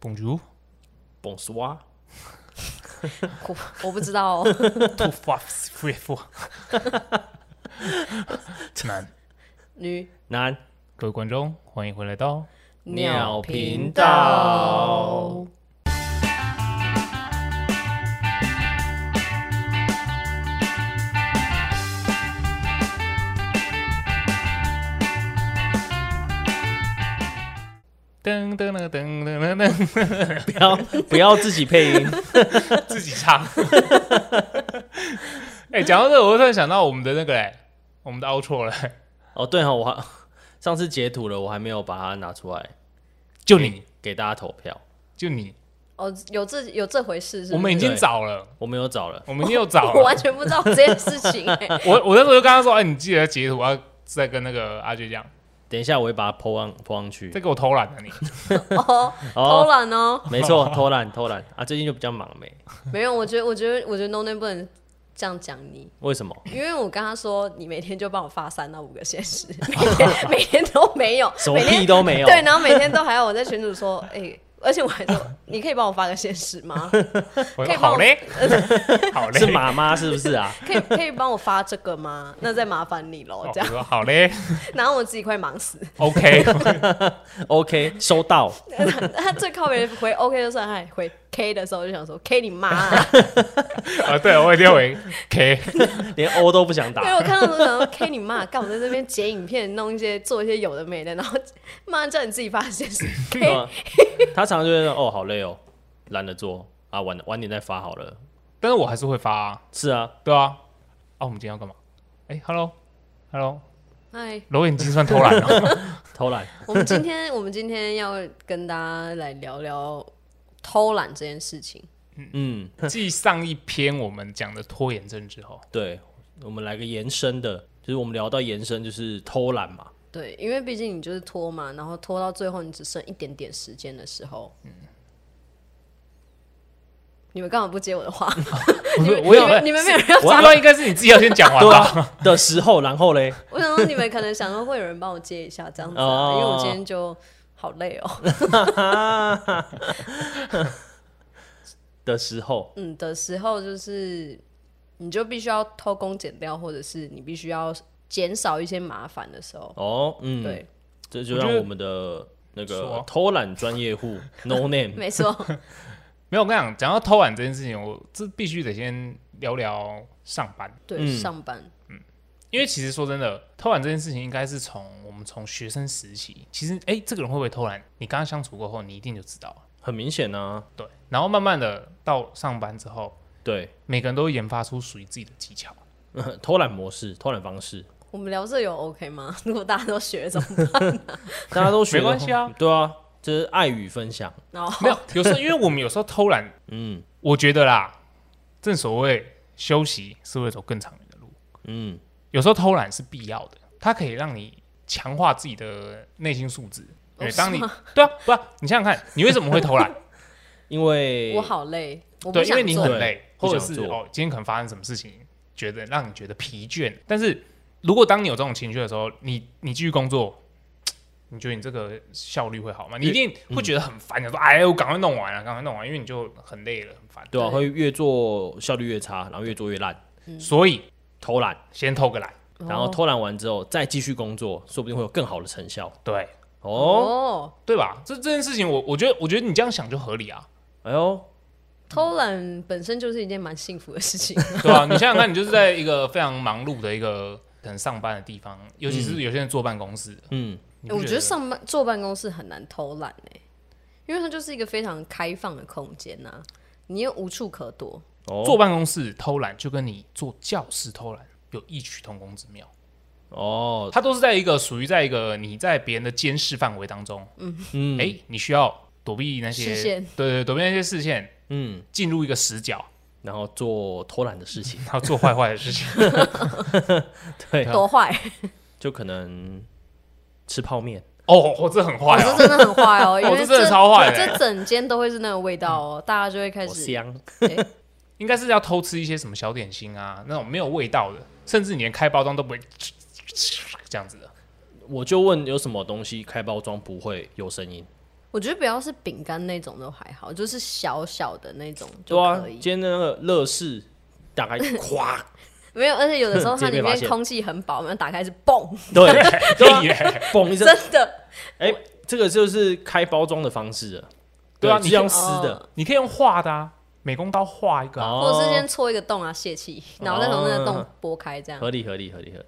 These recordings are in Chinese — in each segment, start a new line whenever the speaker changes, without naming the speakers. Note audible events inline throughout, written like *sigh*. Bonjour,
Bonsoir，
我 *laughs* 我不知道、哦，
*laughs*
two five three four。男，
女
男
各位观众，欢迎回来到
鸟频道
道。
噔噔噔噔噔噔 *laughs*
不要不要自己配音，
噔，自己唱。 *laughs* 哎、讲到这个，我突然想到我们的那个、哎，我们的 outro 了、
哦对哦，我还上次截图了，我还没有把它拿出来，
就你，
给大家投票，
就你，
哦，有这有这回事是不是？
我们已经
对
找了，
我没有找了，
我们又
*laughs*
找
我
了
完。全不知道这件事情、
*laughs*
哎
我我那时候就跟他说，哎、你记得截图，我要再跟那个阿杰讲，
等一下我会把它 po 上 po 上去
再。给我偷懒啊
*laughs*
你。
哦，偷
哦，
懒哦，
没错，偷懒偷懒啊，最近就比较忙没？
没有，我觉得我觉得我觉得 No Name 不能这样讲你，
为 *laughs* 什么？
因为我跟他说你每天就帮我发三到五个现
*laughs*
实，每天每天都没有，
什么
每天
屁哦都没有。
对，然后每天都还要我在群主说，哎、而且我还说你可以帮我发个现实吗？
我
可
说
以
好
帮我呃
嘞，好嘞，
是妈妈是不是啊？
可以可以帮我发这个吗？那再麻烦你喽
哦？，
这样
我，说好嘞
然后我自己快忙死。
，OK，
OK，收到。
他最靠边回 OK 就算，还回 K 的时候就想说 K 你妈、啊，
*laughs* 啊，对，我一定会 K，
连 O 都不想 *laughs*
因为
打。
我看到都想说 K 你妈，干我在这边剪影片，弄一些做一些有的没的，然后妈叫你自己发
*laughs*
现是 K，
嗯他常常就会说：“哦，好累哦，懒得做啊，晚晚点再发好了。
但是我还是会发、啊，”
是啊，
对啊，啊，我们今天要干嘛？哎，Hello，Hello，
哎，
揉眼睛算偷懒哦了、
偷懒。
我们今天我们今天要跟大家来聊聊偷懒这件事情。
嗯，
继上一篇我们讲的拖延症之后，
对，我们来个延伸的，就是我们聊到延伸就是偷懒嘛。
对，因为毕竟你就是拖嘛，然后拖到最后你只剩一点点时间的时候，
嗯
你们干嘛不接我
*laughs*
的话？你们
我有
你们你们没有人要
我
讲
不知道应该是你自己要先讲完
对
吧？
啊，的时候，然后嘞，
我想说你们可能想说会有人帮我接一下这样子、啊，
哦
因为我今天就好累哦。 *laughs*
的时候，
嗯，的时候就是你就必须要偷工减料，或者是你必须要减少一些麻烦的时候。
哦，嗯，，
对，
这就
我觉
让
得
我们的那
说
个偷懒专业户 No Name
没错，
*laughs*
没有，我跟你讲，讲到偷懒这件事情，我这必须得先聊聊上班，
对，
嗯
上班
因为其实说真的，偷懒这件事情应该是从我们从学生时期，其实哎、这个人会不会偷懒，你跟他相处过后，你一定就知道了。
很明显啊，
对，然后慢慢的到上班之后，
对， *laughs*
每个人都会研发出属于自己的技巧。
偷懒模式、偷懒方式，
我们聊这有 OK 吗？ *laughs* 如果大家都学
*laughs*
这种，
大家都学
没关系啊，
对啊，这是爱与分享，
然后
没有， *laughs* 有时候因为我们有时候偷懒，
嗯
我觉得啦，正所谓休息是会走更长远的路，
嗯，
有时候偷懒是必要的，它可以让你强化自己的内心素质。
哦
对，
是
当你
吗
*laughs* 对啊，不啊，你想想看，你为什么会偷懒？
因为
我好累， *laughs* 我不
对，因
想
为你
做
很累，
不
或
想
者
做
是哦，今天可能发生什么事情，觉得让你觉得疲倦。但是如果当你有这种情绪的时候，你你继续工作，你觉得你这个效率会好吗？你一定会觉得很烦，你说哎呦，我赶快弄完了，赶快弄完，因为你就很累了，很烦。
对啊，
对
会越做效率越差，然后越做越烂，
嗯
所以
偷懒，
先偷个懒，
然
哦
后偷懒完之后再继续工作，说不定会有更好的成效
对
哦。
哦，
对吧？这这件事情我，我觉得，我觉得你这样想就合理啊，
哎呦，
偷懒本身就是一件蛮幸福的事情。
对吧、你想想看，你就是在一个非常忙碌的一个可能上班的地方，尤其是有些人坐办公室，
嗯，
你不
欸哎我觉
觉
得上班坐办公室很难偷懒哎、因为它就是一个非常开放的空间呐、你又无处可躲。
哦，
坐办公室偷懒就跟你坐教室偷懒有异曲同工之妙，
哦，
它都是在一个属于在一个你在别人的监视范围当中，
嗯，
哎、你需要躲避那些
视线
对对，躲避那些视线，
嗯，
进入一个死角，
然后做偷懒的事
*laughs*
情，
然后做坏坏的事情，
对，
多坏，
就可能吃泡面，
哦，我、这很
我
坏
是
哦，
真的很坏哦，因
哦
为
这真的超坏的
这整间都会是那个味道哦，大家就会开
好
始
香，
应该是要偷吃一些什么小点心啊，那种没有味道的，甚至你连开包装都不会这样子的，
*laughs* 我就问有什么东西开包装不会有声音？
我觉得不要是饼干那种都还好，就是小小的那种就
对啊，
可以
今。天那个乐事打开，咵，
*laughs* 没有，而且有的时候
直接
它
被
里
发现
面空气很饱，我们打开是嘣，
对对啊，
耶
嘣一声
真，的。
哎，这个就是开包装的方式了，
对啊你
是用撕的，
你可以用画的啊，美工刀画一个、啊。
哦
或者是先戳一个洞啊，泄气，然后再从那个洞拨开，这样。
合理合理合理合理。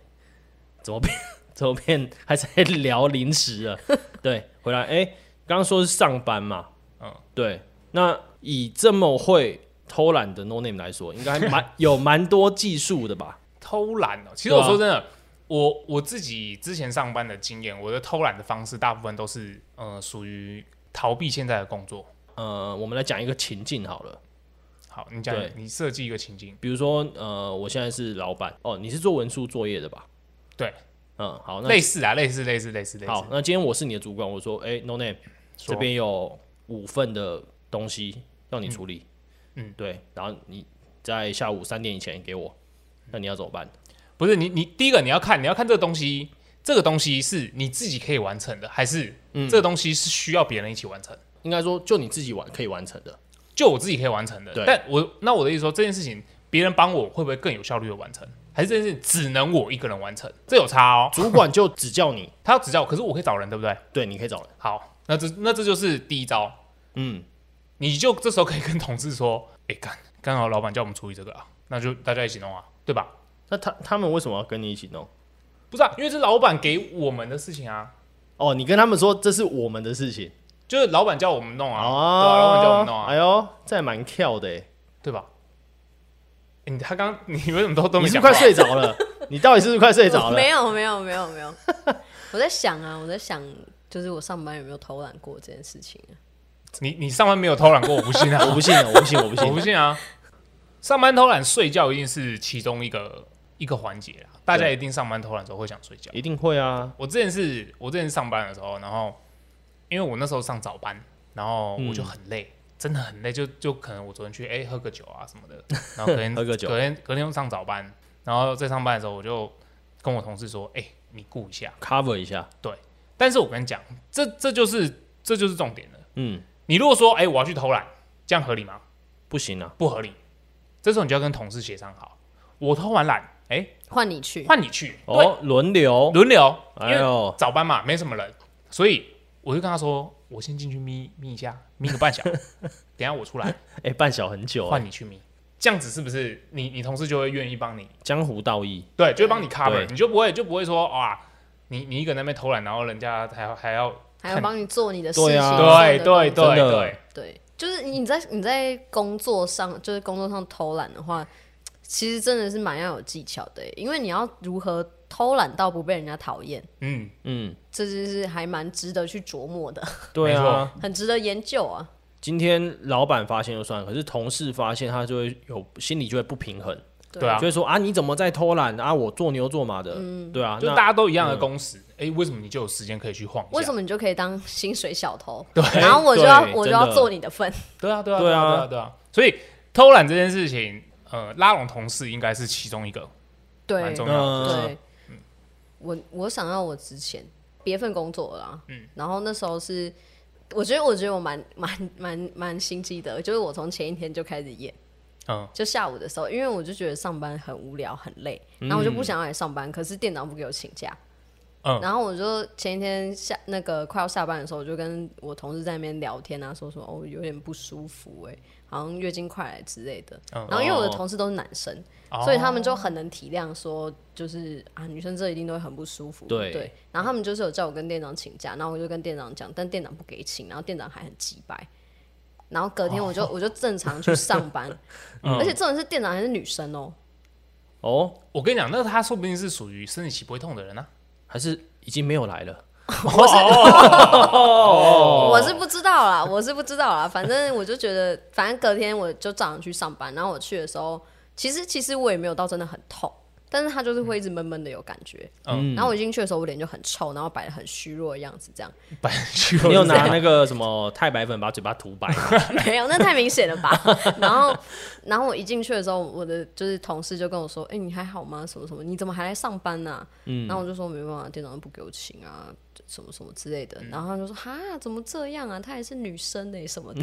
怎么变 *laughs* 怎么变还在聊零食了？对，回来哎，刚刚说是上班嘛，
嗯
嗯，对。那以这么会偷懒的 No Name 来说，应该蛮有蛮多技术的吧？
偷懒哦、其实
对啊
我说真的，我我自己之前上班的经验，我的偷懒的方式大部分都是呃属于逃避现在的工作。
呃，我们来讲一个情境好了，
好，你讲
对
你设计一个情境，
比如说呃，我现在是老板哦，你是做文书作业的吧？
对，
嗯，好，那
类似啊，类似类似类似类似。
好，那今天我是你的主管，我说，哎、n o Name，
说
这边有五份的东西要你处理，
嗯嗯
对，然后你在下午三点以前给我，那你要怎么办？
不是你你第一个你要看你要看这个东西，这个东西是你自己可以完成的，还是
嗯
这个东西是需要别人一起完成？
应该说就你自己完可以完
*laughs*
成的，
就我自己可以完成的。
对
但我那我的意思说，这件事情别人帮我会不会更有效率的完成？还是这件事只能我一个人完成？这有差哦。
主管就只叫你，
他要指教我，可是我可以找人，对不对？
对，你可以找人，
好，那这那这就是第一招，
嗯，
你就这时候可以跟同事说，哎、干，刚好老板叫我们处理这个啊，那就大家一起弄啊，对吧？
那他他们为什么要跟你一起弄？
不是啊，因为这是老板给我们的事情啊。
哦，你跟他们说这是我们的事情
就是老板叫我们弄啊，对啊，
然
老
后
板叫我们弄啊，
哎呦，这还蛮跳的哎，
对吧？诶你他刚你为什么都都
你
没
是不
讲
是快
话
睡着了？你到底是不是快睡
*laughs*
着了？
*laughs* 没有，没有，没有，没有。 *laughs* 我在想啊，我在想，就是我上班有没有偷懒过这件事情啊？
你你上班没有偷懒过，我不信啊！
我不信了，我不信，我不信
我不信啊！上班偷懒睡觉一定是其中一个一个环节啦，大家一定上班偷懒的时候会想睡觉。
一定会啊，
我之前是我之前上班的时候，然后因为我那时候上早班，然后我就很累，真的很累，就就可能我昨天去哎、喝个酒啊什么的，然后隔天
*laughs* 喝个酒
隔天隔天又上早班，然后在上班的时候我就跟我同事说，哎、你顾一下。
cover 一下，
但是我跟你讲，这这就是这就是重点了。
嗯，
你如果说哎、我要去偷懒，这样合理吗？
不行啊，
不合理。这时候你就要跟同事协商好，我偷完懒，哎、
换你去，
换你去，
哦，轮流
对，，轮流，因
哎
为
呦，
早班嘛，没什么人，所以我就跟他说，我先进去眯眯一下，眯个半
*laughs*
小时，等一下我出来，
哎、半小很久、哎
换你去眯，这样子是不是你你同事就会愿意帮你，
江湖道义，
对，就会帮你 cover，
嗯对
你就不会就不会说哇，你你一个人在那边偷懒，然后人家还还要
还要帮你做你的事情。
对啊
做你
对
的
对
工作
对
真的
对，
对，就是你在你在工作上，就是工作上偷懒的话，其实真的是蛮要有技巧的耶，欸因为你要如何偷懒到不被人家讨厌，
嗯，
嗯，
这就是还蛮值得去琢磨的， *laughs*
对啊。
很值得研究啊。
今天老板发现就算了，可是同事发现他就会有心里就会不平衡，
对啊
就，会说啊你怎么在偷懒啊？我做牛做马的，对啊，
就
那
大家都一样的工时，哎，为什么你就有时间可以去晃一下？
为什么你就可以当薪水小偷？
对
然后我就要
对
我就要
真的
做你的份，
对啊，对啊，
对
对
啊
啊，对啊，对啊。所以偷懒这件事情，呃，拉拢同事应该是其中一个
对
蛮重
对。
要的。
嗯，
我我想到我之前别份工作了啦，嗯，然后那时候是，我觉得我觉得我蛮蛮蛮蛮心机的，就是我从前一天就开始演。
嗯，
就下午的时候，因为我就觉得上班很无聊很累，然后我就不想要来上班，可是店长不给我请假。
嗯
然后我就前一天下那个快要下班的时候，我就跟我同事在那边聊天啊，说什么哦有点不舒服哎、好像月经快来之类的。
嗯
然后因为我的
哦
同事都是男生，
哦
所以他们就很能体谅，说就是啊女生这一定都会很不舒服。
对
然后他们就是有叫我跟店长请假，然后我就跟店长讲，但店长不给请，然后店长还很急白。然后隔天我就、我就正常去上班，而且重点是店长还是女生哦、
哦，
我跟你讲，那他说不定是属于生理期不会痛的人啊。 *laughs*
还是已经没有来 *laughs* 了，
我是不知道啦， *laughs* 我是不知道啦。反正我就觉得，反正隔天我就早上去上班，然后我去的时候，其实其实我也没有到真的很痛，但是他就是会一直闷闷的有感觉。
嗯
然后我一进去的时候，我脸就很臭，然后摆的很虚弱的样子，这样 *laughs*
白去
你 *laughs* 有拿那个什么太白粉把嘴巴涂 *laughs* 白吗？
没有，那太明显了吧？ *laughs* 然后，然后我一进去的时候，我的就是同事就跟我说：“哎、你还好吗？什么什么？你怎么还来上班呢、啊然后我就说：“没办法，店长不给我请啊，什么什么之类的。然后他就说：“哈，怎么这样啊？她也是女生呢、什么的。”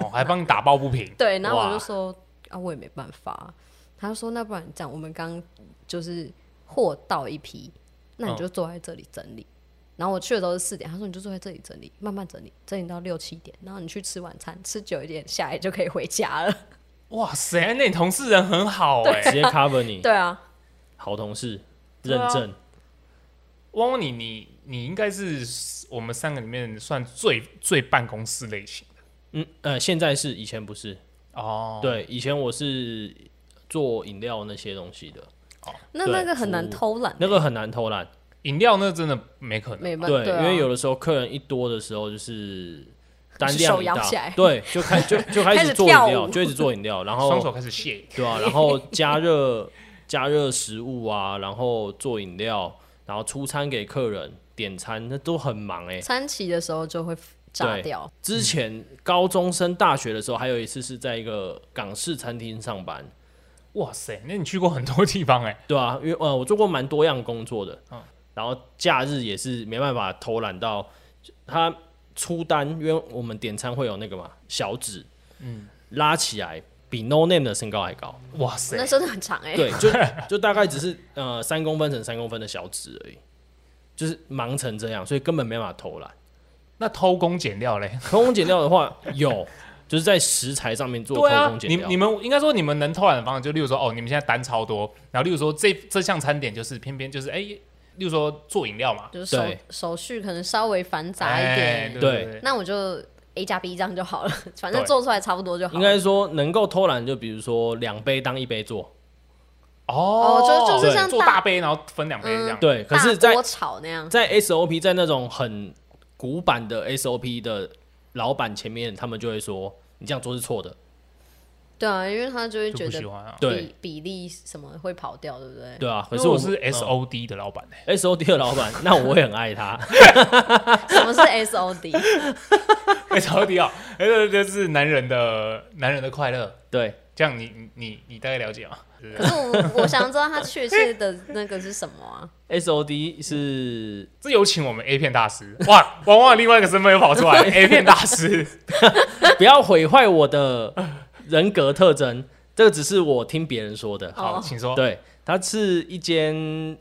哦，还帮你打抱不平，
对，然后
哇
我就说啊，我也没办法啊、他就说那不然这样，我们刚就是货到一批，那
嗯
你就坐在这里整理。然后我去的时候是四点，他说你就坐在这里整理，慢慢整理，整理到六七点，然后你去吃晚餐，吃久一点下来就可以回家了。
哇塞，那你同事人很好哎、
直接 cover 你，
对啊，
*laughs* 好同事
对
认
啊
证，
汪汪你你你应该是我们三个里面算最最办公室类型的
嗯呃，现在是以前不是，
哦，
对，以前我是做饮料那些东西的，
那
对
那个很难偷懒，
那个很难偷懒，
饮料那真的没可能，
没办法，
对，
对啊，
因为有的时候客人一多的时候就是。单
是
量
手
一
摇
大
起来，
对，就开
*laughs*
就就开
开
始
始
做
跳
饮料，
舞
就一直做饮料，然后
双手开始卸，
对
*laughs*
啊，然后加热加热食物啊，然后做饮料，然后出餐给客人，点餐那都很忙哎、
餐期的时候就会炸掉。
之前高中升大学的时候，还有一次是在一个港式餐厅上班，
哇塞，那你去过很多地方哎、
对啊，因为呃我做过蛮多样工作的，
嗯
然后假日也是没办法偷懒到他出单，因为我们点餐会有那个嘛小指，嗯，拉起来比 No Name 的身高还高。
哇塞
那，真的很长哎、
对，就就大概只是呃三公分乘三公分的小指而已，就是忙成这样，所以根本没办法偷懒。
那偷工减料嘞？
偷工减料的话，有就是在食材上面做偷
对啊
工，减
你
料。
你们应该说你们能偷懒的方式，就例如说哦，你们现在单超多，然后例如说这这项餐点就是偏偏就是哎、例如说做饮料嘛，
就是手
对
手续可能稍微繁杂一
哎
点，
对
对
对
那我就 A 加 B 这样就好了，反正
对
做出来差不多就好
应
了。
该说能够偷懒，就比如说两杯当一杯做，
哦
就
就是像
做
大嗯
大杯，然后分两杯这样。
对。可是
大
在，
锅炒那样，
在 SOP 在那种很古板的 SOP 的老板前面，他们就会说你这样做是错的，
对啊，因为他就会
就
觉
不喜
得
欢啊。
对
比比例什么会跑掉，对不对？ *laughs*
对啊。
可
可是
是我
们
是
嗯
SOD 的老板哎、
SOD 的老板， *laughs* 那我也很爱他。 *laughs*
什么是 SOD？
*laughs* s o d 啊，哎，对对，就是男人的男人的快乐。
对，
这样你你你你大概了解吗？对不
可
对
是我我想知道他确切的那个是什么啊？
SOD 是
这有请我们 A 片大师 *laughs* 哇，往往另外一个身份又跑
*laughs*
出来 A 片大师。
不要毁坏我的人格特征，这个只是我听别人说的。
哦
好，请说。
对，它是一间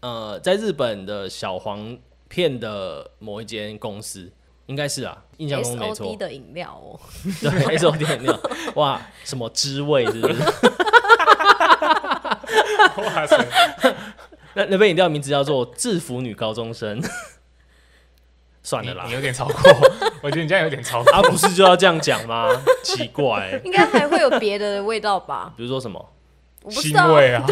呃，在日本的小黄片的某一间公司，应该是啊，印象中没
SOD
错。
的饮料哦，
对，S O D 那种，哇，什么滋味是不是？
*laughs* 哇塞，
那那杯饮料名字叫做“制服女高中生”， *laughs* 算
你
了啦
你，有点超过，我觉 *laughs* 得你这样有点超过。
啊，不是就要这样讲吗？奇怪、
应该还会有别的味道吧？
比如说什么？
我不知
腥
道。
味啊！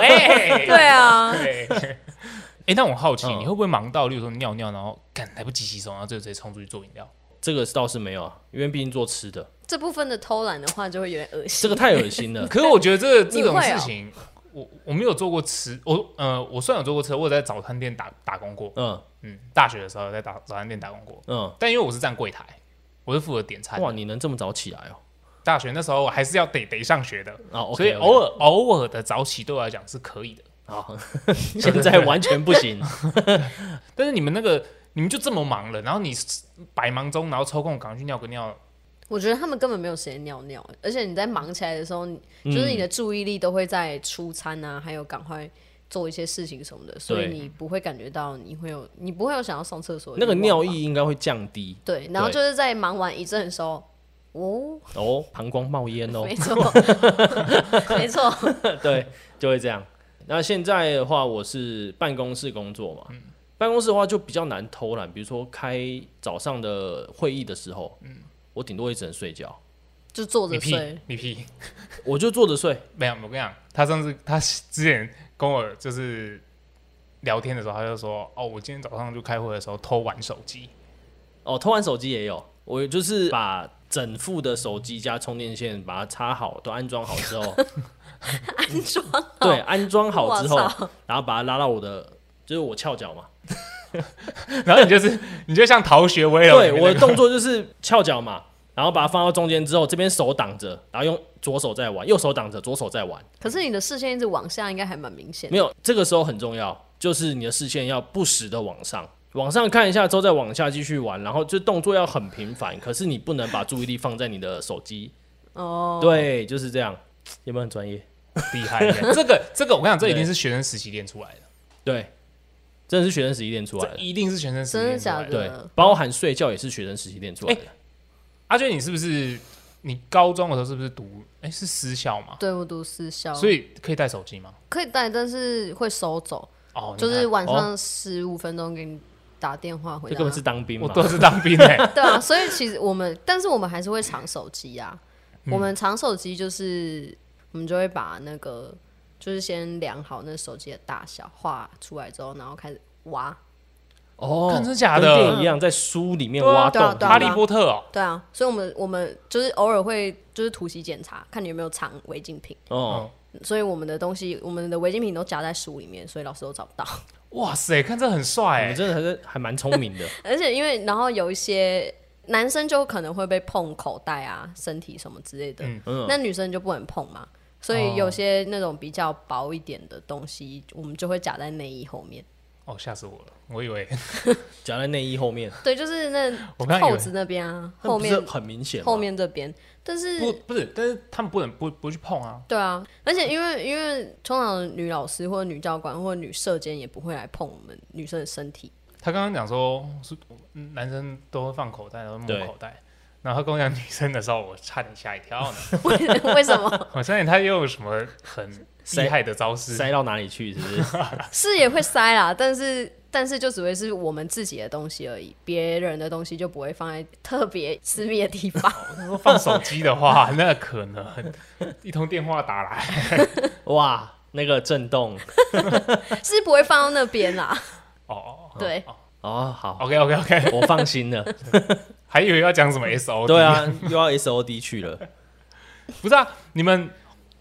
喂，
对啊，
*laughs* 哎、但我好奇，
嗯
你会不会忙到，例如说尿尿，然后干来不及洗手，然后就直接冲出去做饮料？
这个倒是没有啊，因为毕竟做吃的，
这部分的偷懒的话就会有点恶心。
这个太恶心了。
可是我觉得这这
嗯你
种
会
事
哦
情，我我没有做过吃，我呃，我虽然有做过吃，我有在早餐店打打工过，
嗯
嗯，大学的时候有在打早餐店打工过，
嗯，
但因为我是站柜台，我是负责点餐的。
哇，你能这么早起来哦？
大学那时候我还是要得得上学的
哦，OK，
所以
OK
偶尔偶尔的早起对我来讲是可以的。
好，现在完全不
*laughs*
行。
但是你们那个，你们就这么忙了，然后你百忙中，然后抽空赶快去尿个尿，
我觉得他们根本没有时间尿尿，而且你在忙起来的时候，你
嗯
就是你的注意力都会在出餐啊，还有赶快做一些事情什么的，所
对
以你不会感觉到你会有，你不会有想要上厕所的
那个
欲望
尿
吧
意应该会降低
对，然后
对
就是在忙完一阵的时候，哦，
哦，膀胱冒烟哦
没，错，
*laughs*
没错，
对，就会这样。那现在的话，我是办公室工作嘛，
嗯
办公室的话就比较难偷懒，比如说开早上的会议的时候，
嗯
我顶多也只能睡觉，
就坐
你
着
屁
睡，
你屁。 *laughs*
我就坐着睡。
没有，我跟你讲，他上次他之前跟我就是聊天的时候，他就说：“哦，我今天早上就开会的时候偷玩手机。
哦，偷玩手机也有，我就是把整副的手机加充电线把它插好，都安装好之后，
*laughs* 安装
对，安装好之后
我操，
然后把它拉到我的，就是我翘脚嘛，
然后你就是你就像逃学威尔里
对，
面那个，
我的动作就是翘脚嘛，然后把它放到中间之后，这边手挡着，然后用左手在玩，右手挡着，左手在玩。
可是你的视线一直往下，应该还蛮明显的。
没有，这个时候很重要，就是你的视线要不时的往上，往上看一下之后再往下继续玩，然后就动作要很频繁，可是你不能把注意力放在你的手机。
哦，
对，就是这样，有没有很专业？
厉害厉害。这个这个我跟你讲，这
对
一定是学生时期练出来的，
对，真的是学生时期练出来
这
的。
一定是学生时期
真的
练出
假
来的。
对
的？，
包含睡觉也是学生时期练出来的。
阿啊娟，你是不是你高中的时候是不是读哎是私校
嗯
嘛？
对我读私校，
所以可以带手机吗？
可以带，但是会收走，
哦，你
就
看
是晚上十五分钟给你打电话回
这
来
根。本是当兵
我
嘛？
都是当兵
*laughs*
哎、
对啊，所以其实我们，但是我们还是会藏手机啊。
嗯
我们藏手机就是我们就会把那个就是先量好那手机的大小，画出来之后，然后开始挖。
哦，
看真的假
跟电
的？
影一样，在书里面
对啊
挖
对啊
洞。
对啊
哈利波特哦，
对啊，所以我们我们就是偶尔会就是突袭检查，看你有没有藏违禁品。
哦，
所以我们的东西，我们的违禁品都夹在书里面，所以老师都找不到。 *laughs*
哇塞，看这很
你
帅、
们
欸，
真的还是还蛮聪明的。
而且因为然后有一些男生就可能会被碰口袋啊、身体什么之类的，
嗯
*laughs*
哦
嗯
那女生就不能碰嘛。所以有些那种比较薄一点的东西，我们就会夹在内衣后面。
哦吓死我了，我以为
夹在内衣后面，
对，就是那
我刚刚以
扣
为
子那边啊，
那
*laughs* 后
不是
面
很明显吗。
后面这边，但是
不不是，但是他们不能不不去碰啊，
对啊，而且因为因为通常女老师或者女教官或者女社监也不会来碰我们女生的身体， *laughs*
他刚刚讲说是嗯男生都会放口袋，然后摸
对
口袋。然后他跟我讲女生的时候，我差点吓一跳呢。
为为什么？
我相信他又有什么很厉害的招式，
塞到哪里去？是不 *laughs* 是？
是也会塞啦，但是但是就只会是我们自己的东西而已，别人的东西就不会放在特别私密的
*laughs*
地方。
如果放手机的话， *laughs* 那可能一通电话打来，
哇，那个震动
是不会放到那边啦。
哦，
对，
哦，好，
，OK OK OK，
我放心 *laughs* 了。
还以为要讲什么 SO，
对，啊，又要 S O D 去了。
不是啊，你们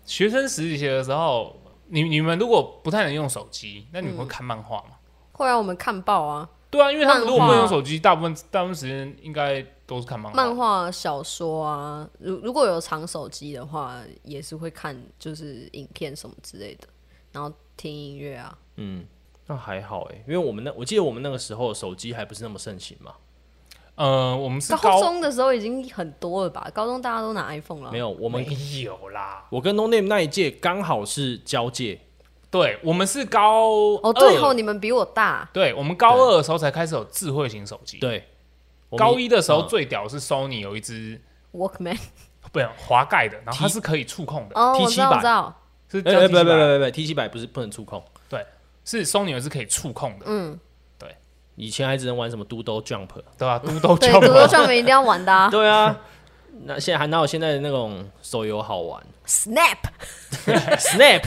学生实习的时候，你你们如果不太能用手机，那你们会看漫画吗？
后来我们看报啊，
对啊，因为他们如果不
漫
能
画
用手机，大部分大部分时间应该都是看漫画。
漫画、小说啊，如如果有藏手机的话，也是会看就是影片什么之类的，然后听音乐啊。
嗯，那还好哎，因为我们那我记得我们那个时候手机还不是那么盛行嘛。
呃，我们是
高
高
中的时候已经很多了吧？高中大家都拿 iPhone 了
啊没。有，我
没
们
有啦，
我跟 No Name 那一届刚好是交界，
对我们是高
哦，对
二
哦，你们比我大，
对我们高二的时候才开始有智慧型手机。
对，我们
高一的时候
嗯
最屌是 Sony 有一只
*laughs*
Walkman。
不是滑盖的，然后它是可以触控的，
哦，我
T700
知道，我知道，
是叫
哎哎，不
T700
不不不不，T 七百不是不能触控，
是 Sony 有一只可以触控的，
嗯，
以前还只能玩什么 Doodle Jump。
对吧？
嗯
嘟嘟
对，
叫
独乐专门一定要玩的
*laughs*
啊
对啊，那现在还哪有现在的那种手游好玩
，Snap，
*laughs* ？Snap，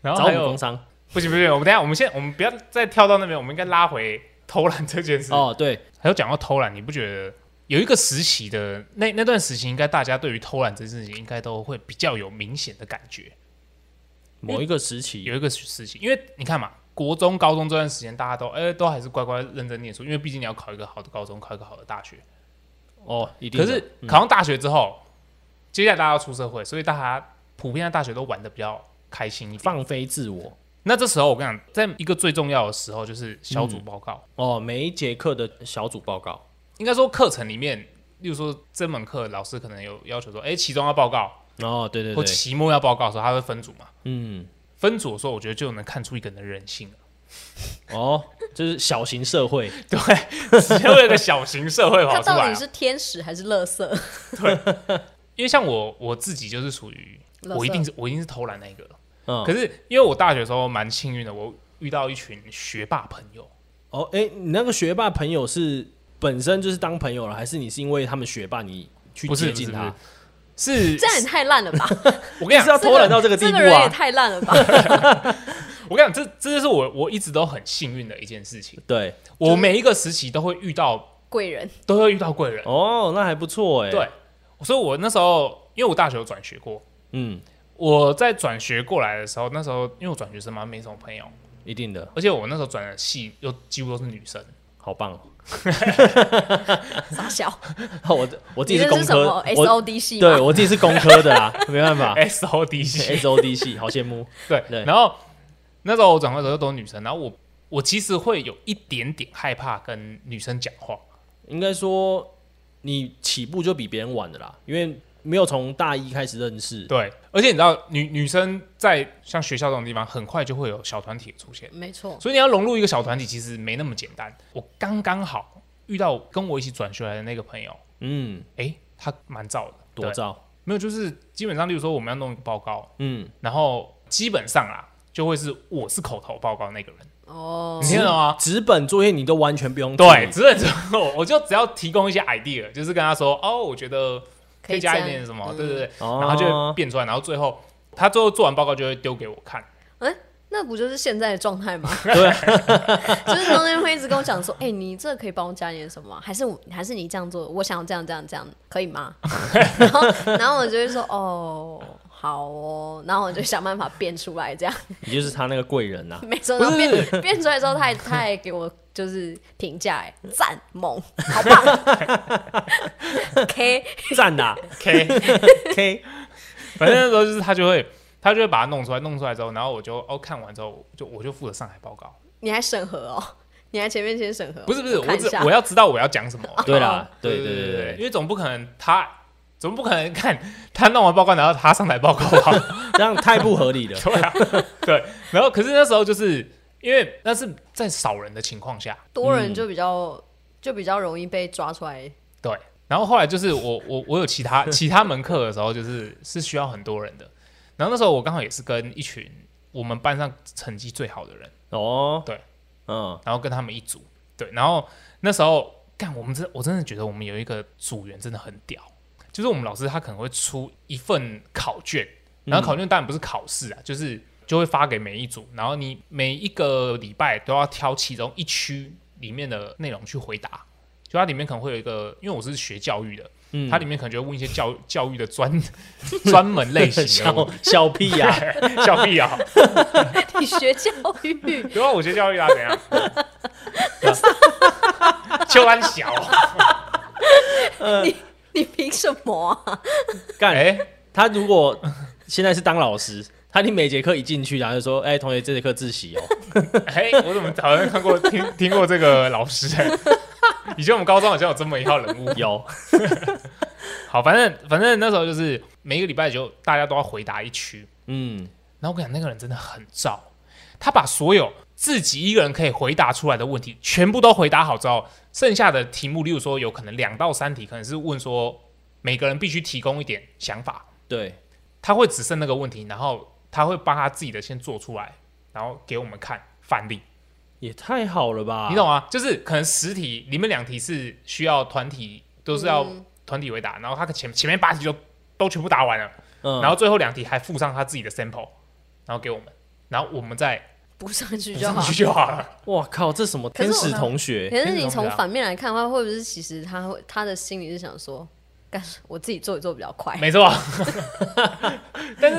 然后
找
还
我们
有
工商
不行不行，我们等一下，我们现在我们不要再跳到那边，我们应该拉回偷懒这件事。
哦，对，
还有讲到偷懒，你不觉得有一个实习的那那段时期，应该大家对于偷懒这件事情，应该都会比较有明显的感觉。
某一个时期
有一个时期，因为你看嘛，国中、高中这段时间，大家都哎、都还是乖乖认真念书，因为毕竟你要考一个好的高中，考一个好的大学。
哦，一定
可
的
是嗯考上大学之后，接下来大家要出社会，所以大家普遍在大学都玩的比较开心一点。
放飞自我
那这时候我跟你讲，在一个最重要的时候，就是小组报告。
哦。每一节课的小组报告，
应该说课程里面，例如说这门课老师可能有要求说，哎、期中要报告
哦，对对
或
对，
期末要报告的时候，他会分组嘛。
嗯，
分组的时候，我觉得就能看出一个人的人性了。 *laughs*
哦，就是小型社会，
对，只有一个小型社会
它
跑出
到
来
底
啊、
是天使还是乐色？
因为像我我自己就是属于
垃圾
我一定是我一定是偷懒那一个。
嗯，
可是因为我大学的时候蛮幸运的，我遇到一群学霸朋友。
哦，哎、你那个学霸朋友是本身就是当朋友了，还是你是因为他们学霸你去
不是
接
不是
近他？哎
不是，
这样也
是
太烂了吧！
我跟你
是要
讲，
偷懒到这 *laughs* 个地
这
步
个人也
啊？
太烂了吧！
我跟你讲，这这就是我我一直都很幸运的一件事情。
对，
我每一个时期都会遇到
贵人，
都会遇到贵人。
哦，那还不错哎、
对，所以我那时候因为我大学有转学过，
嗯，
我在转学过来的时候，那时候因为我转学生嘛，没什么朋友，
一定的，
而且我那时候转的系又几乎都是女生，
好棒哦！
傻笑。
*laughs* 我我自己
你这
工
是什么
科，我
SOD 系吗？
对我自己是工科的啊，没办法
S O D 系。
*laughs* ，S O D 系，好羡慕。
对，
对
然后那时候我转会的时候都是女生，然后我我其实会有一点点害怕跟女生讲话，
应该说你起步就比别人晚的啦，因为没有从大一开始认识，
对，而且你知道女女生在像学校这种地方，很快就会有小团体出现，
没错，
所以你要融入一个小团体，其实没那么简单。我刚刚好遇到跟我一起转学来的那个朋友，
嗯，
诶，他蛮燥的，
多
对？
照，
没有，就是基本上，例如说我们要弄一个报告，
嗯，
然后基本上啊，就会是我是口头报告那个人，
哦，
你听得懂吗？
纸本作业你都完全不用处
对，
理，
只能之后我就只要提供一些 idea，就是跟他说，哦，我觉得可以
这
加
样嗯
一点什么，对对对，
哦
然后他就会变出来，然后最后他最后做完报告就会丢给我
*laughs*
看。
那不就是现在的状
*laughs*
态吗？对， *laughs* 就是中间会一直跟我讲说，哎、你这可以帮我加点什么吗？啊还是我还是你这样做，我想要这样这样这样，可以吗？ *laughs* 然后然后我就会说，哦，好哦，然后我就想办法变出来，这样 *laughs*
你就是他那个贵
*laughs*
人呐、
每次都变
不
*laughs* 变出来之后，他还他还给我就是评价，哎，赞猛，好棒，K，
赞呐
OK，
，K，
反正那时候就是他就会他就会把它弄出来，弄出来之后，然后我就哦看完之后就我就负责上海报告，
*laughs* 你还审核哦，你还前面先审核哦、
不是不是，我
看一
只
下哦
我要知道我要讲什么。
对啦，对
对
对
对
对对
因为总不可能他。总不可能看他弄完报告，然后他上台报告吧？ *laughs*
这样太不合理了，
对啊，对。然后，可是那时候就是因为那是在少人的情况下，
多人就比较、就比较容易被抓出来。
对，然后后来就是我我我有其他 *laughs* 其他门课的时候，就是是需要很多人的。然后那时候我刚好也是跟一群我们班上成绩最好的人，
哦，
对，
嗯，
然后跟他们一组。对，然后那时候干，我们真我真的觉得我们有一个组员真的很屌，就是我们老师他可能会出一份考卷，然后考卷当然不是考试啊，就是就会发给每一组，然后你每一个礼拜都要挑其中一区里面的内容去回答。就它里面可能会有一个，因为我是学教育的，
嗯
它里面可能就会问一些教教育的专 *laughs* 专门类型的
小
问
小屁
*laughs*
呀、
题，小屁啊，
你学教育，
对啊，我学教育啊，怎样？ *laughs* 就安小哦，
*laughs* 你凭什么啊？
干、
哎，
他如果现在是当老师，他你每节课一进去，然后就说：“哎、同学，这节课自习哦。
*laughs* 哎、我怎么好像看过听听过这个老师、欸？以前我们高中好像有这么一号人物”。
有，
好，反正反正那时候就是每一个礼拜就大家都要回答一区，
嗯，
然后我跟你讲，那个人真的很燥，他把所有自己一个人可以回答出来的问题全部都回答好之后，剩下的题目，例如说有可能两到三题，可能是问说每个人必须提供一点想法，
对，
他会只剩那个问题，然后他会帮他自己的先做出来，然后给我们看范例。
也太好了吧？
你懂吗？就是可能十题里面两题是需要团体，都是要
嗯
团体回答，然后他前前面八题就都全部答完了，
嗯，
然后最后两题还附上他自己的 sample，然后给我们，然后我们再
补上去
补
就
上
好。
去就好了。
哇靠，这什么
可是
天
我
使同学？
可是你从反面来看的话，会不会是其实他会他的心里是想说，干我自己做一做比较快？
没错， *laughs*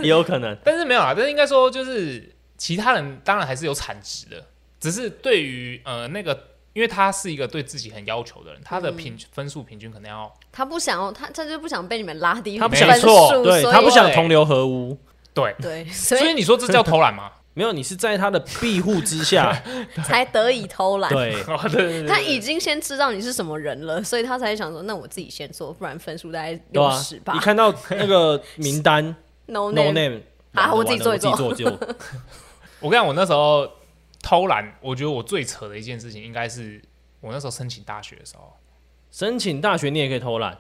也有可能，
但是没有啊，但是应该说就是其他人当然还是有产值的，只是对于呃那个。因为他是一个对自己很要求的人，他的平、分数平均可能要
他不想要，他他就不想被你们拉低
他
不想
分
错
数，
对
所以
他不想同流合污，
对， *laughs*
对，所
所以
以
你说这叫偷懒吗？
没有，你是在他的庇护之下，
才得以偷 *laughs* 懒。
对，啊
哦 *laughs* 对对对对
他已经先知道你是什么人了，所以他才想说，那我自己先做，不然分数大概
对
六
吧
十？
啊
吧
你。看到那个名单
*laughs* No
no
name，
name，
啊
完了
我自己
完了
做一
我自己
*laughs*
做就，
我跟你讲，我那时候偷懒，我觉得我最扯的一件事情，应该是我那时候申请大学的时候，
申请大学你也可以偷懒，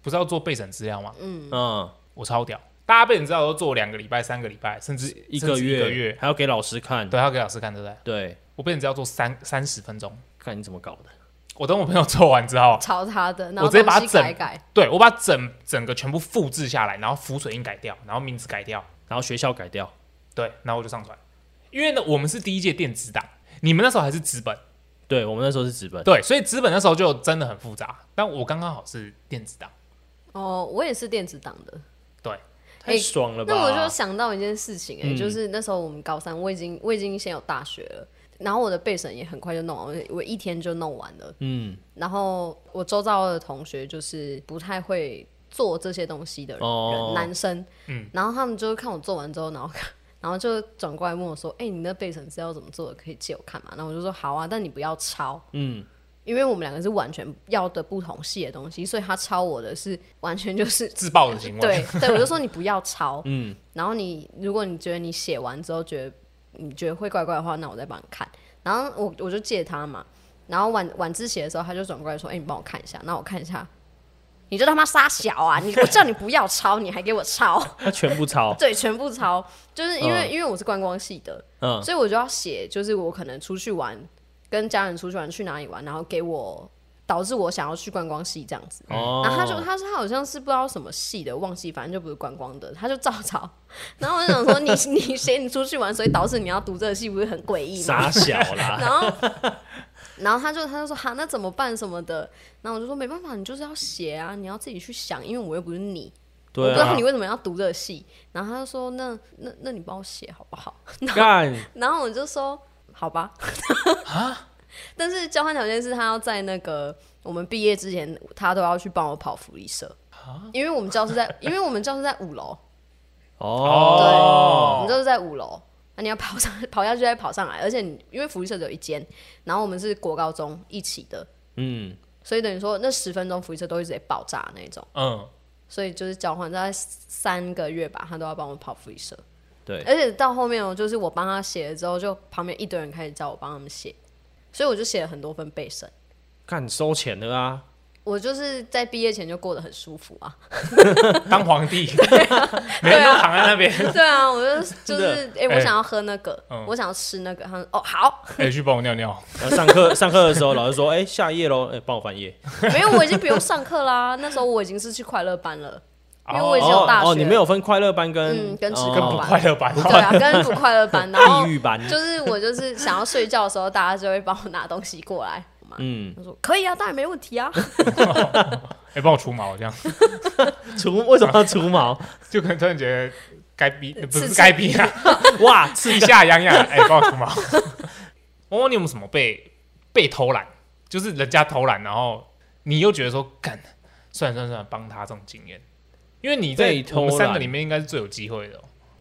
不是要做备审资料吗？
嗯，
我超屌，大家备审资料都做两个礼拜、三个礼拜，甚至
一
甚
个
至
月，
一个月，
还要给老师看，
对，要给老师看，对不对？
对，
我备审资料做三三十分钟，
看你怎么搞的，
我等我朋友做完之后，
抄他的，然
我
后
直接把它
东西
整
改一改。
对我把整整个全部复制下来，然后浮水印改掉，然后名字改掉，
然后学校改掉，
对，然后我就上传。因为呢，我们是第一届电子档，你们那时候还是纸本，
对我们那时候是纸本，
对，所以纸本那时候就真的很复杂，但我刚刚好是电子档，
哦，我也是电子档的。
对，
太爽了吧？
哎那我就想到一件事情、哎、
嗯
就是那时候我们高三，我已经我已经先有大学了，然后我的备审也很快就弄完，我我一天就弄完了。
嗯
然后我周遭的同学就是不太会做这些东西的人，
哦
男生，
嗯
然后他们就看我做完之后，然后 *laughs* 然后就转过来问我说：“哎、你那背程资料怎么做的？可以借我看吗？”然后我就说：“好啊，但你不要抄，
嗯，
因为我们两个是完全要的不同系的东西，所以他抄我的是完全就是。”
自爆的行为。
*laughs*
对对，我就说你不要抄，
嗯，
然后你如果你觉得你写完之后觉得你觉得会怪怪的话，那我再帮你看。然后我我就借他嘛，然后晚晚自习的时候他就转过来说：“哎、你帮我看一下。”那我看一下，你就他妈傻小啊！你我叫你不要抄，你还给我抄，，
他全部抄
*laughs* 对，全部抄，就是因为、
嗯
因为我是观光系的，
嗯
所以我就要写，就是我可能出去玩，跟家人出去玩去哪里玩，然后给我导致我想要去观光系这样子。
哦，
然后他就他说他好像是不知道什么系的，忘记，反正就不是观光的，他就照抄。然后我就想说，你 *laughs* 你写你出去玩，所以导致你要读这个系，不是很诡异吗
傻？小啦，
然后然后他就他就说哈，那怎么办什么的？然后我就说没办法，你就是要写啊，你要自己去想，因为我又不是你，我
对
不知道
啊
你，为什么要读这个系。然后他就说那那那你帮我写好不好？
干
*laughs* 然后我就说好吧， *laughs* 但是交换条件是他要在那个我们毕业之前，他都要去帮我跑福利社，因为我们教室在， *laughs* 因为我们教室在五楼，我们
哦，
就是在五楼，那、你要跑上跑下去再跑上来，而且你因为福利社只有一间，然后我们是国高中一起的，
嗯，
所以等于说那十分钟福利社都会直接爆炸那种，
嗯， *laughs*
所以就是交换大概三个月吧，他都要帮我跑福利社，
对
而且到后面哦，就是我帮他写了之后，就旁边一堆人开始叫我帮他们写，所以我就写了很多份背审。
干收钱的啊，
我就是在毕业前就过得很舒服啊，
当皇
*laughs*
帝，每个人都躺在那边， *laughs*
对啊，我就就是，哎、我
哎
想要喝那个，
嗯
我想要吃那个，他说哦好，
哎，去帮我尿尿。
然后呃上课上课的时候，老师说，哎，下页喽，哎，帮我翻页，
没有，我已经不用上课啦，那时候我已经是去快乐班了，因为我已经有
哦
大学，
哦，你没有分快乐班跟
嗯跟职
哦
跟不快乐版，
对啊，跟不快乐班，然后
地狱班，
就是我就是想要睡觉的时候，大家就会帮我拿东西过来嘛，
嗯，
他说可以啊，当然没问题啊，
*laughs* 哎，帮我除毛这样，
除为什么要除毛？
就可能突然觉得该逼，不
刺
是
激
该逼啊，
*laughs* 哇，
地下痒痒，哎，帮我除毛。 *laughs* 汪汪，你有没有什么被被偷懒？就是人家偷懒，然后你又觉得说干，算了算了算了，帮他这种经验，因为你在
被偷
我们三个
懒
里面应该是最有机会的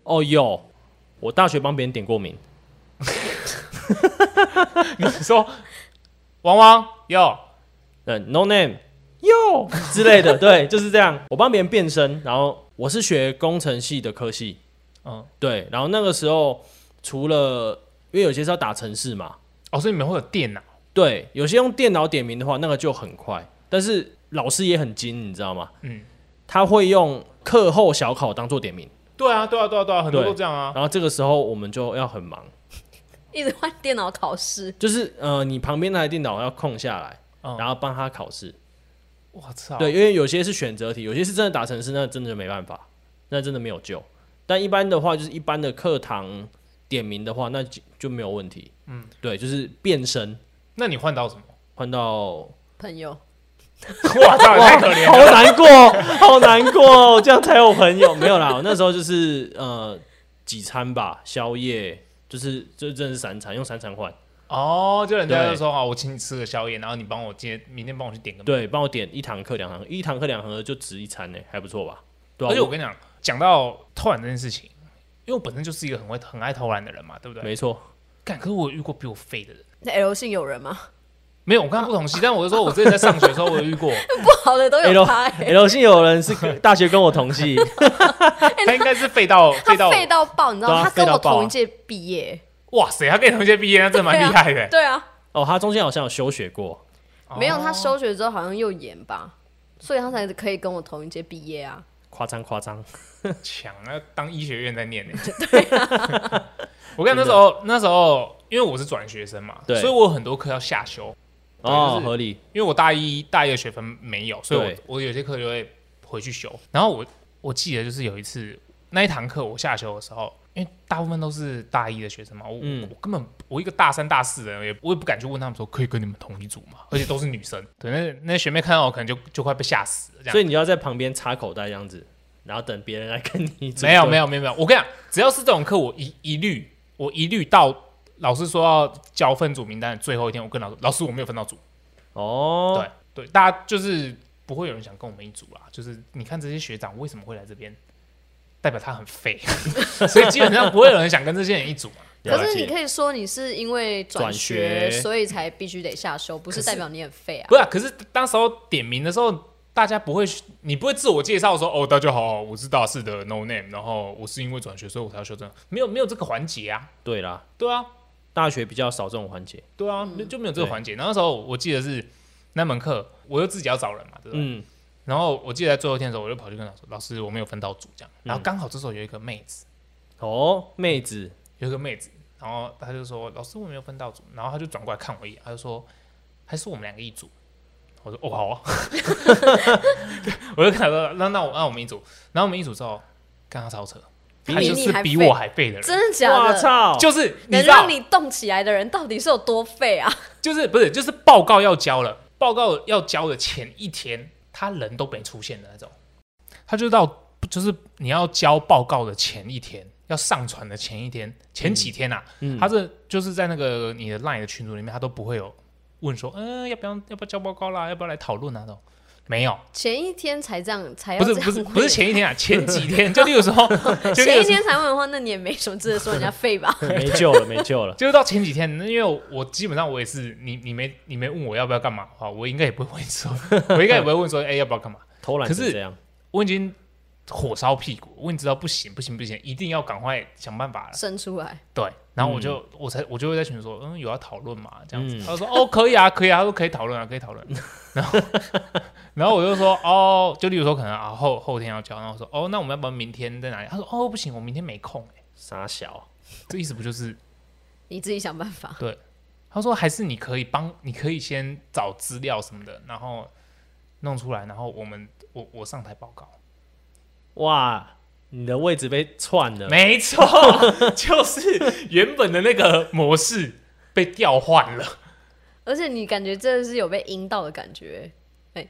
哦。 *laughs*
哦有，我大学帮别人点过名，
你说汪汪哟，
嗯，no name 哟之类的，对，就是这样。我帮别人变身，然后我是学工程系的科系，
嗯，
对，然后那个时候除了因为有些是要打城市嘛，
哦，所以你们会有电脑
对，有些用电脑点名的话，那个就很快，但是老师也很精，你知道吗？
嗯，
他会用课后小考当做点名，
对啊，对啊，对啊，对啊，很多
对
都这样啊。
然后这个时候我们就要很忙，
一直换电脑考试，
就是呃，你旁边那台电脑要空下来，
嗯
然后帮他考试。
我操，
对，因为有些是选择题，有些是真的打成是，那真的就没办法，那真的没有救。但一般的话，就是一般的课堂点名的话，那就就没有问题。嗯，对，就是变身
那你换到
*laughs*
什么？
换到，
朋友，
我操，太可怜
好
了。
难过，好难过，这样才有朋友。没有啦，我那时候就是呃几餐吧，宵夜就是就真的是三餐，用三餐换。
哦，就人家就说啊，我请你吃个宵夜，然后你帮我今天明天帮我去点个。，
对，帮我点一堂课两堂，一堂课两堂就值一餐呢、还不错吧？对、啊，
而且我跟你讲，讲到偷懒这件事情，因为我本身就是一个很会很爱偷懒的人嘛，对不对？
没 *laughs* 错，
干，可是我有遇过比我废的人。
那 L 姓有人吗？
没有，我跟他不同系，但我就说我之前在上学的时候，我有遇
*laughs*
过，
不好的都有
L
他、哎
L 系有人是大学跟我同系，
他应该是废到
他
废到，
废到爆，你知道
对啊
吗？他跟
废到
我
爆啊
同一届毕业，
哇塞，他跟你同学毕业，那真的蛮厉害的。
对啊。
哦，他中间好像有休学过，
没有，他
哎哦
休学之后好像又延吧，所以他才可以跟我同一届毕业啊。
夸张夸张。
强，那当医学院在念呢、 *laughs* 我跟你讲那时候那时候，因为我是转学生嘛，
对
所以我有很多课要下修，对
哦
就，是
合理。
因为我大一大一的学分没有，所以
对
我我有些课就会回去修。然后我我记得就是有一次那一堂课我下修的时候，因为大部分都是大一的学生嘛，我、
嗯
我根本我一个大三大四的人，也我也不敢去问他们说可以跟你们同一组嘛，而且都是女生，对，那那学妹看到我可能就就快被吓死了，这样。
所以你要在旁边插口袋这样子，然后等别人来跟你组队。
没有没有没有没有，我跟你讲，只要是这种课，我一一律我一律到老师说要交分组名单的最后一天，我跟老师老师我没有分到组，
哦，
对对，大家就是不会有人想跟我们一组啦。就是你看这些学长为什么会来这边，代表他很废，所以基本上不会有人想跟这些人一组嘛。
可
了
是
解
你可以说你是因为转
转学
所以才必须得下修，不是代表你很废啊。
不是、啊，可是当时候点名的时候。大家不会，你不会自我介绍说哦，大家好，我是大四的 No Name，然后我是因为转学，所以我才要修正，没有没有这个环节啊，
对啦，
对啊，
大学比较少这种环节。
对啊，
嗯
那就没有这个
对
环节。然后那时候我记得是那门课，我又自己要找人嘛，对不对？
嗯，
然后我记得在最后一天的时候，我就跑去跟老师说：“老师，我没有分到组这样。”
嗯
然后刚好这时候有一个妹子，
哦，妹子，
有一个妹子，然后她就说：“老师，我没有分到组。”然后她就转过来看我一眼，她就说：“还是我们两个一组。”我说：“哦，好
*laughs*
啊。”我就跟她说：“那那我那我们一组。”然后我们一组之后，跟她超扯，
比
她
你
就
你
是
还
比
废
我还废的人，
真的假
哇
的？
操，
就是你
能
知道
让你动起来的人到底是有多废啊？
就是不是就是报告要交了，报告要交的前一天，他人都没出现的那种。他就到就是你要交报告的前一天，要上传的前一天，前几天啊，
嗯
他这就是在那个你的 LINE 的群组里面，他都不会有问说，嗯、要不要要不要交报告啦，要不要来讨论啊那种，没有，
前一天才这样，才要
不是
哎这样
不是
问
不是前一天啊，前几天，就例如说，就例
前
如
一
说
天才问的话，那你也没什么资格说人家
*laughs*
废吧？
*laughs* 没救了，没救了。
就是到前几天，因为我我基本上我也是，你你没你没问我要不要干嘛的话，我应该也不会问说，我应该也不会问说， *laughs* 哎、要不要干嘛？
偷懒
可是
这样，
我已经火烧屁股，我已经知道不行不行不行，一定要赶快想办法了。
生出来，
对，然后我就、我才我就会在群里说，嗯，有要讨论嘛这样子。
嗯
他就说哦可以啊可以啊，他说可以讨论啊可以讨论。然后然后我就说哦，就例如说可能啊后后天要交，然后我说哦那我们要不要明天在哪里？他说哦不行，我明天没空、欸。
傻小，
这意思不就是
你自己想办法。
他说还是你可以帮，你可以先找资料什么的，然后弄出来，然后我们我我上台报告。
哇，你的位置被串了。
没错，就是原本的那个模式被调换了。 *laughs*
而且你感觉真的是有被阴到的感觉，
哎，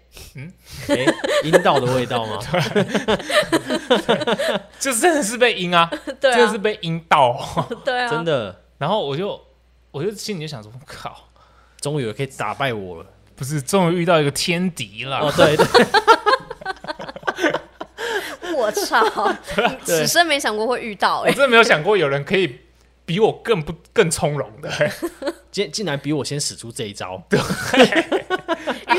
阴道的味
*laughs*
道吗？
就真的是被阴啊，
*laughs* 对
真的
啊
是，被阴到哦、
对啊，
真的，
然后我就我就心里就想说，靠，
终于可以打败我了。
不是终于遇到一个天敌了。
哦，对 *laughs* 对，
我操，
*laughs* 对
此生没想过会遇到
我
哎、
真的没有想过有人可以比我更不更从容的、
竟竟然比我先使出这一招。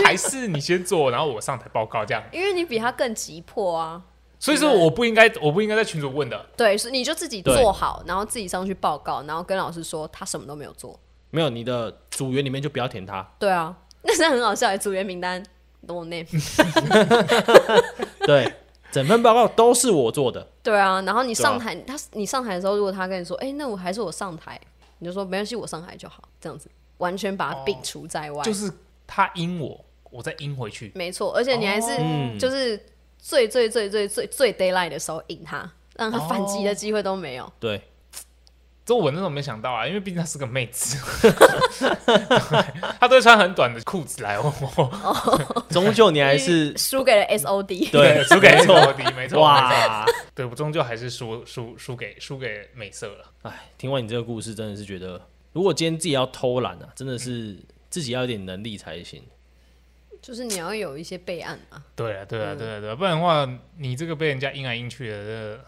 还是你先做，然后我上台报告这样。
因为你比他更急迫啊。
所以说我不应该，我不应该在群主问的。
对，所以你就自己
对
做好，然后自己上去报告，然后跟老师说他什么都没有做。
没有，你的组员里面就不要填他。
对啊， *laughs* 那真的很好笑哎，组员名单 no name。 *laughs*
对，整份报告都是我做的。
对啊，然后你
对啊
上台，他你上台的时候，如果他跟你说，哎、那我还是我上台，你就说没关系，我上台就好，这样子完全把他摒除在外。
哦
就是他阴我，我再阴回去。
没错，而且你还是、
嗯
就是最最最最最最 d a y l i g h t 的时候赢他，让
哦
他反击的机会都没有。
对，
这我那时候没想到啊，因为毕竟她是个妹子， *laughs* 她都会穿很短的裤子来问我。
哦
终究你还
因 *laughs*
是
为输给了 SOD。
对，
输给
没错
S O D，没错。没错
哇！
对我终究还是输输输给输给美色了。
哎，听完你这个故事，真的是觉得，如果今天自己要偷懒啊，真的是自己要有点能力才行。
就是你要有一些备案啊，
对啊，对啊，对啊，对啊，不然的话，你这个被人家阴来阴去的，这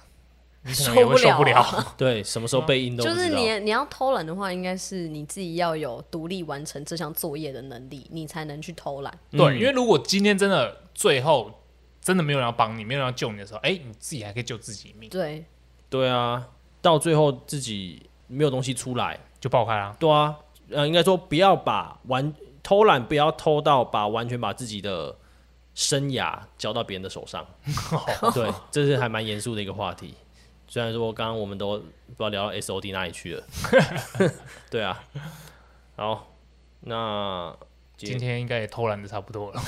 你可能也
受
会受不
不了
了
啊。
对，什么时候被阴都不
就
知道。
是你你要偷懒的话，应该是你自己要有独立完成这项作业的能力，你才能去偷懒。
嗯
对，因为如果今天真的最后真的没有人要帮你，没有人要救你的时候，哎，你自己还可以救自己一
嗯
命，
对，
对啊，到最后自己没有东西出来。
就爆开啦。
对啊，呃，应该说不要把完偷懒，不要偷到把完全把自己的生涯交到别人的手
*laughs*
上。对，这是还蛮严肃的一个话题。虽然说刚刚我们都不知道聊到 S O D 哪里去了。 *laughs* 对啊，好，那
今天应该也偷懒的差不多了。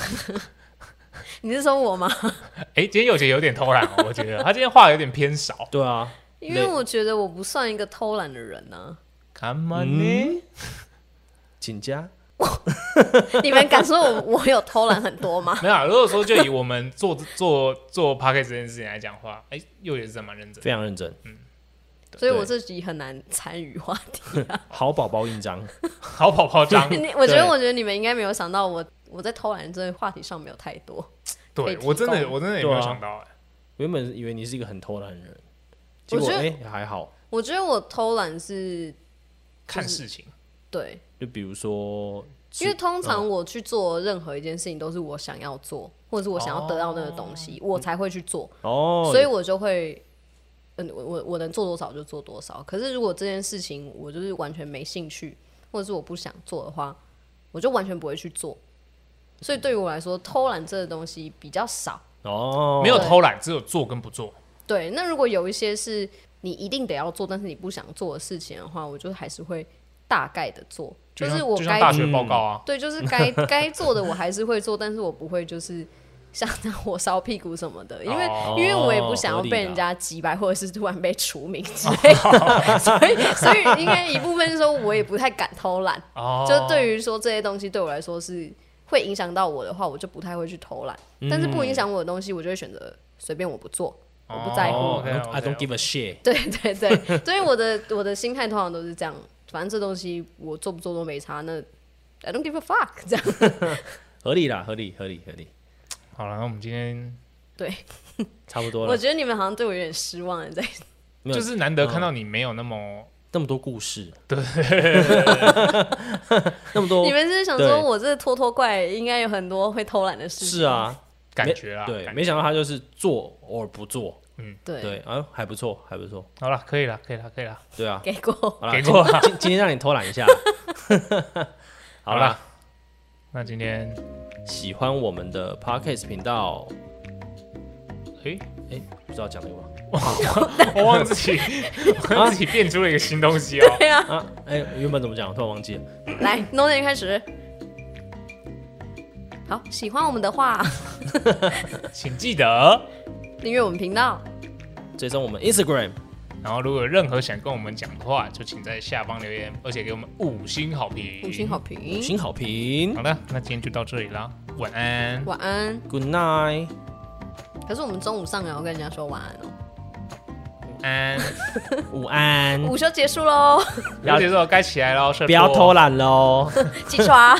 你是说我吗？
*laughs*
哎，今天有姐有点偷懒哦，我觉得她今天话有点偏少。
对啊，
因为我觉得我不算一个偷懒的人啊呢、
Come on，呢
请假。
你们敢说我我有偷懒很
*laughs*
多吗？
没有啊。如果说就以我们做 *laughs* 做做 p a c k e t 这件事情来讲的话，哎，又也是真蛮认真的。
非常认真，
所以我这集很难参与话题。
好宝宝印章，
好跑跑
*laughs*
张，
你我觉得
对
我觉得你们应该没有想到我我在偷懒这个话题上没有太多。可
对
以提
我真的
供
我真的也没有
对啊
想到哎。
原本以为你是一个很偷懒的人，结
我
果
觉得
哎、还好。
我觉得我偷懒是
看事情，
对，
就比如说吃，
因为
嗯
通常我去做任何一件事情都是我想要做，或者是我想要得到那个东
哦
西，我才会去做，
哦，
所以我就会。嗯，我我我能做多少就做多少。可是如果这件事情我就是完全没兴趣，或者是我不想做的话，我就完全不会去做。所以对于我来说，偷懒这个东西比较少。
哦，
没有偷懒，只有做跟不做。
对，那如果有一些是你一定得要做，但是你不想做的事情的话，我就还是会大概的做，
就像
是我
就像
该
大学报告啊，
对，就是该该做的我还是会做，但是我不会就是像那火烧屁股什么的，因为、
哦
因为我也不想要
合理的
被人家击败，或者是突然被除名之类的， *laughs* 所以所以应该一部分是说我也不太敢偷懒，
哦，
就对于说这些东西对我来说是会影响到我的话，我就不太会去偷懒，但是不影响我的东西，我就会选择随便我不做，我不在乎。
哦
哦
OK，OK，OK
，I don't give a shit。
*laughs* 对对对，所以我的我的心态通常都是这样，反正这东西我做不做都没差，那 I don't give a fuck 这样。
合理啦，合理，合理，合理，
好了，那我们今天
对，
差不多
我
了。
觉得你们好像对我有点失望了，欸在
没有
就是难得看到你没有那么
那么多故事，对， *laughs* 那么多
你们是想
哦对
说我这拖拖怪应该有很多会偷懒的事情？
是，啊，
感觉啦。
对，
感
没想到他就是做 or 不做，
对，
对，啊，还不错，还不错，
好了，可以了，可以了，可以了，
对啊，
给过。
好啦
给过。
今今天让你偷懒
*laughs*
一下，好
好
啦
了，，那今天
喜欢我们的 podcast 频道，
诶，
哎，不知道讲什么
我忘记 *laughs* 我忘记变出了一个新东西哦。
*laughs* 对啊，
啊，哎，原本怎么讲，我突然忘记了，
来，弄点开始。好，喜欢我们的话， *laughs*
请记得，
订阅我们频道。
追踪我们 Instagram，
然后如果有任何想跟我们讲的话，就请在下方留言，而且给我们五星好评。
五星好
五
评，
星好评
好了，那今天就到这里啦，晚安。
晚安。
，Good night，
可是我们中午上来，我跟人家说晚安哦。
晚安，
午安，
哦午休结束喽，
了解之后该起来喽，哦
不要
懒。
偷懒喽。
*laughs* 起床。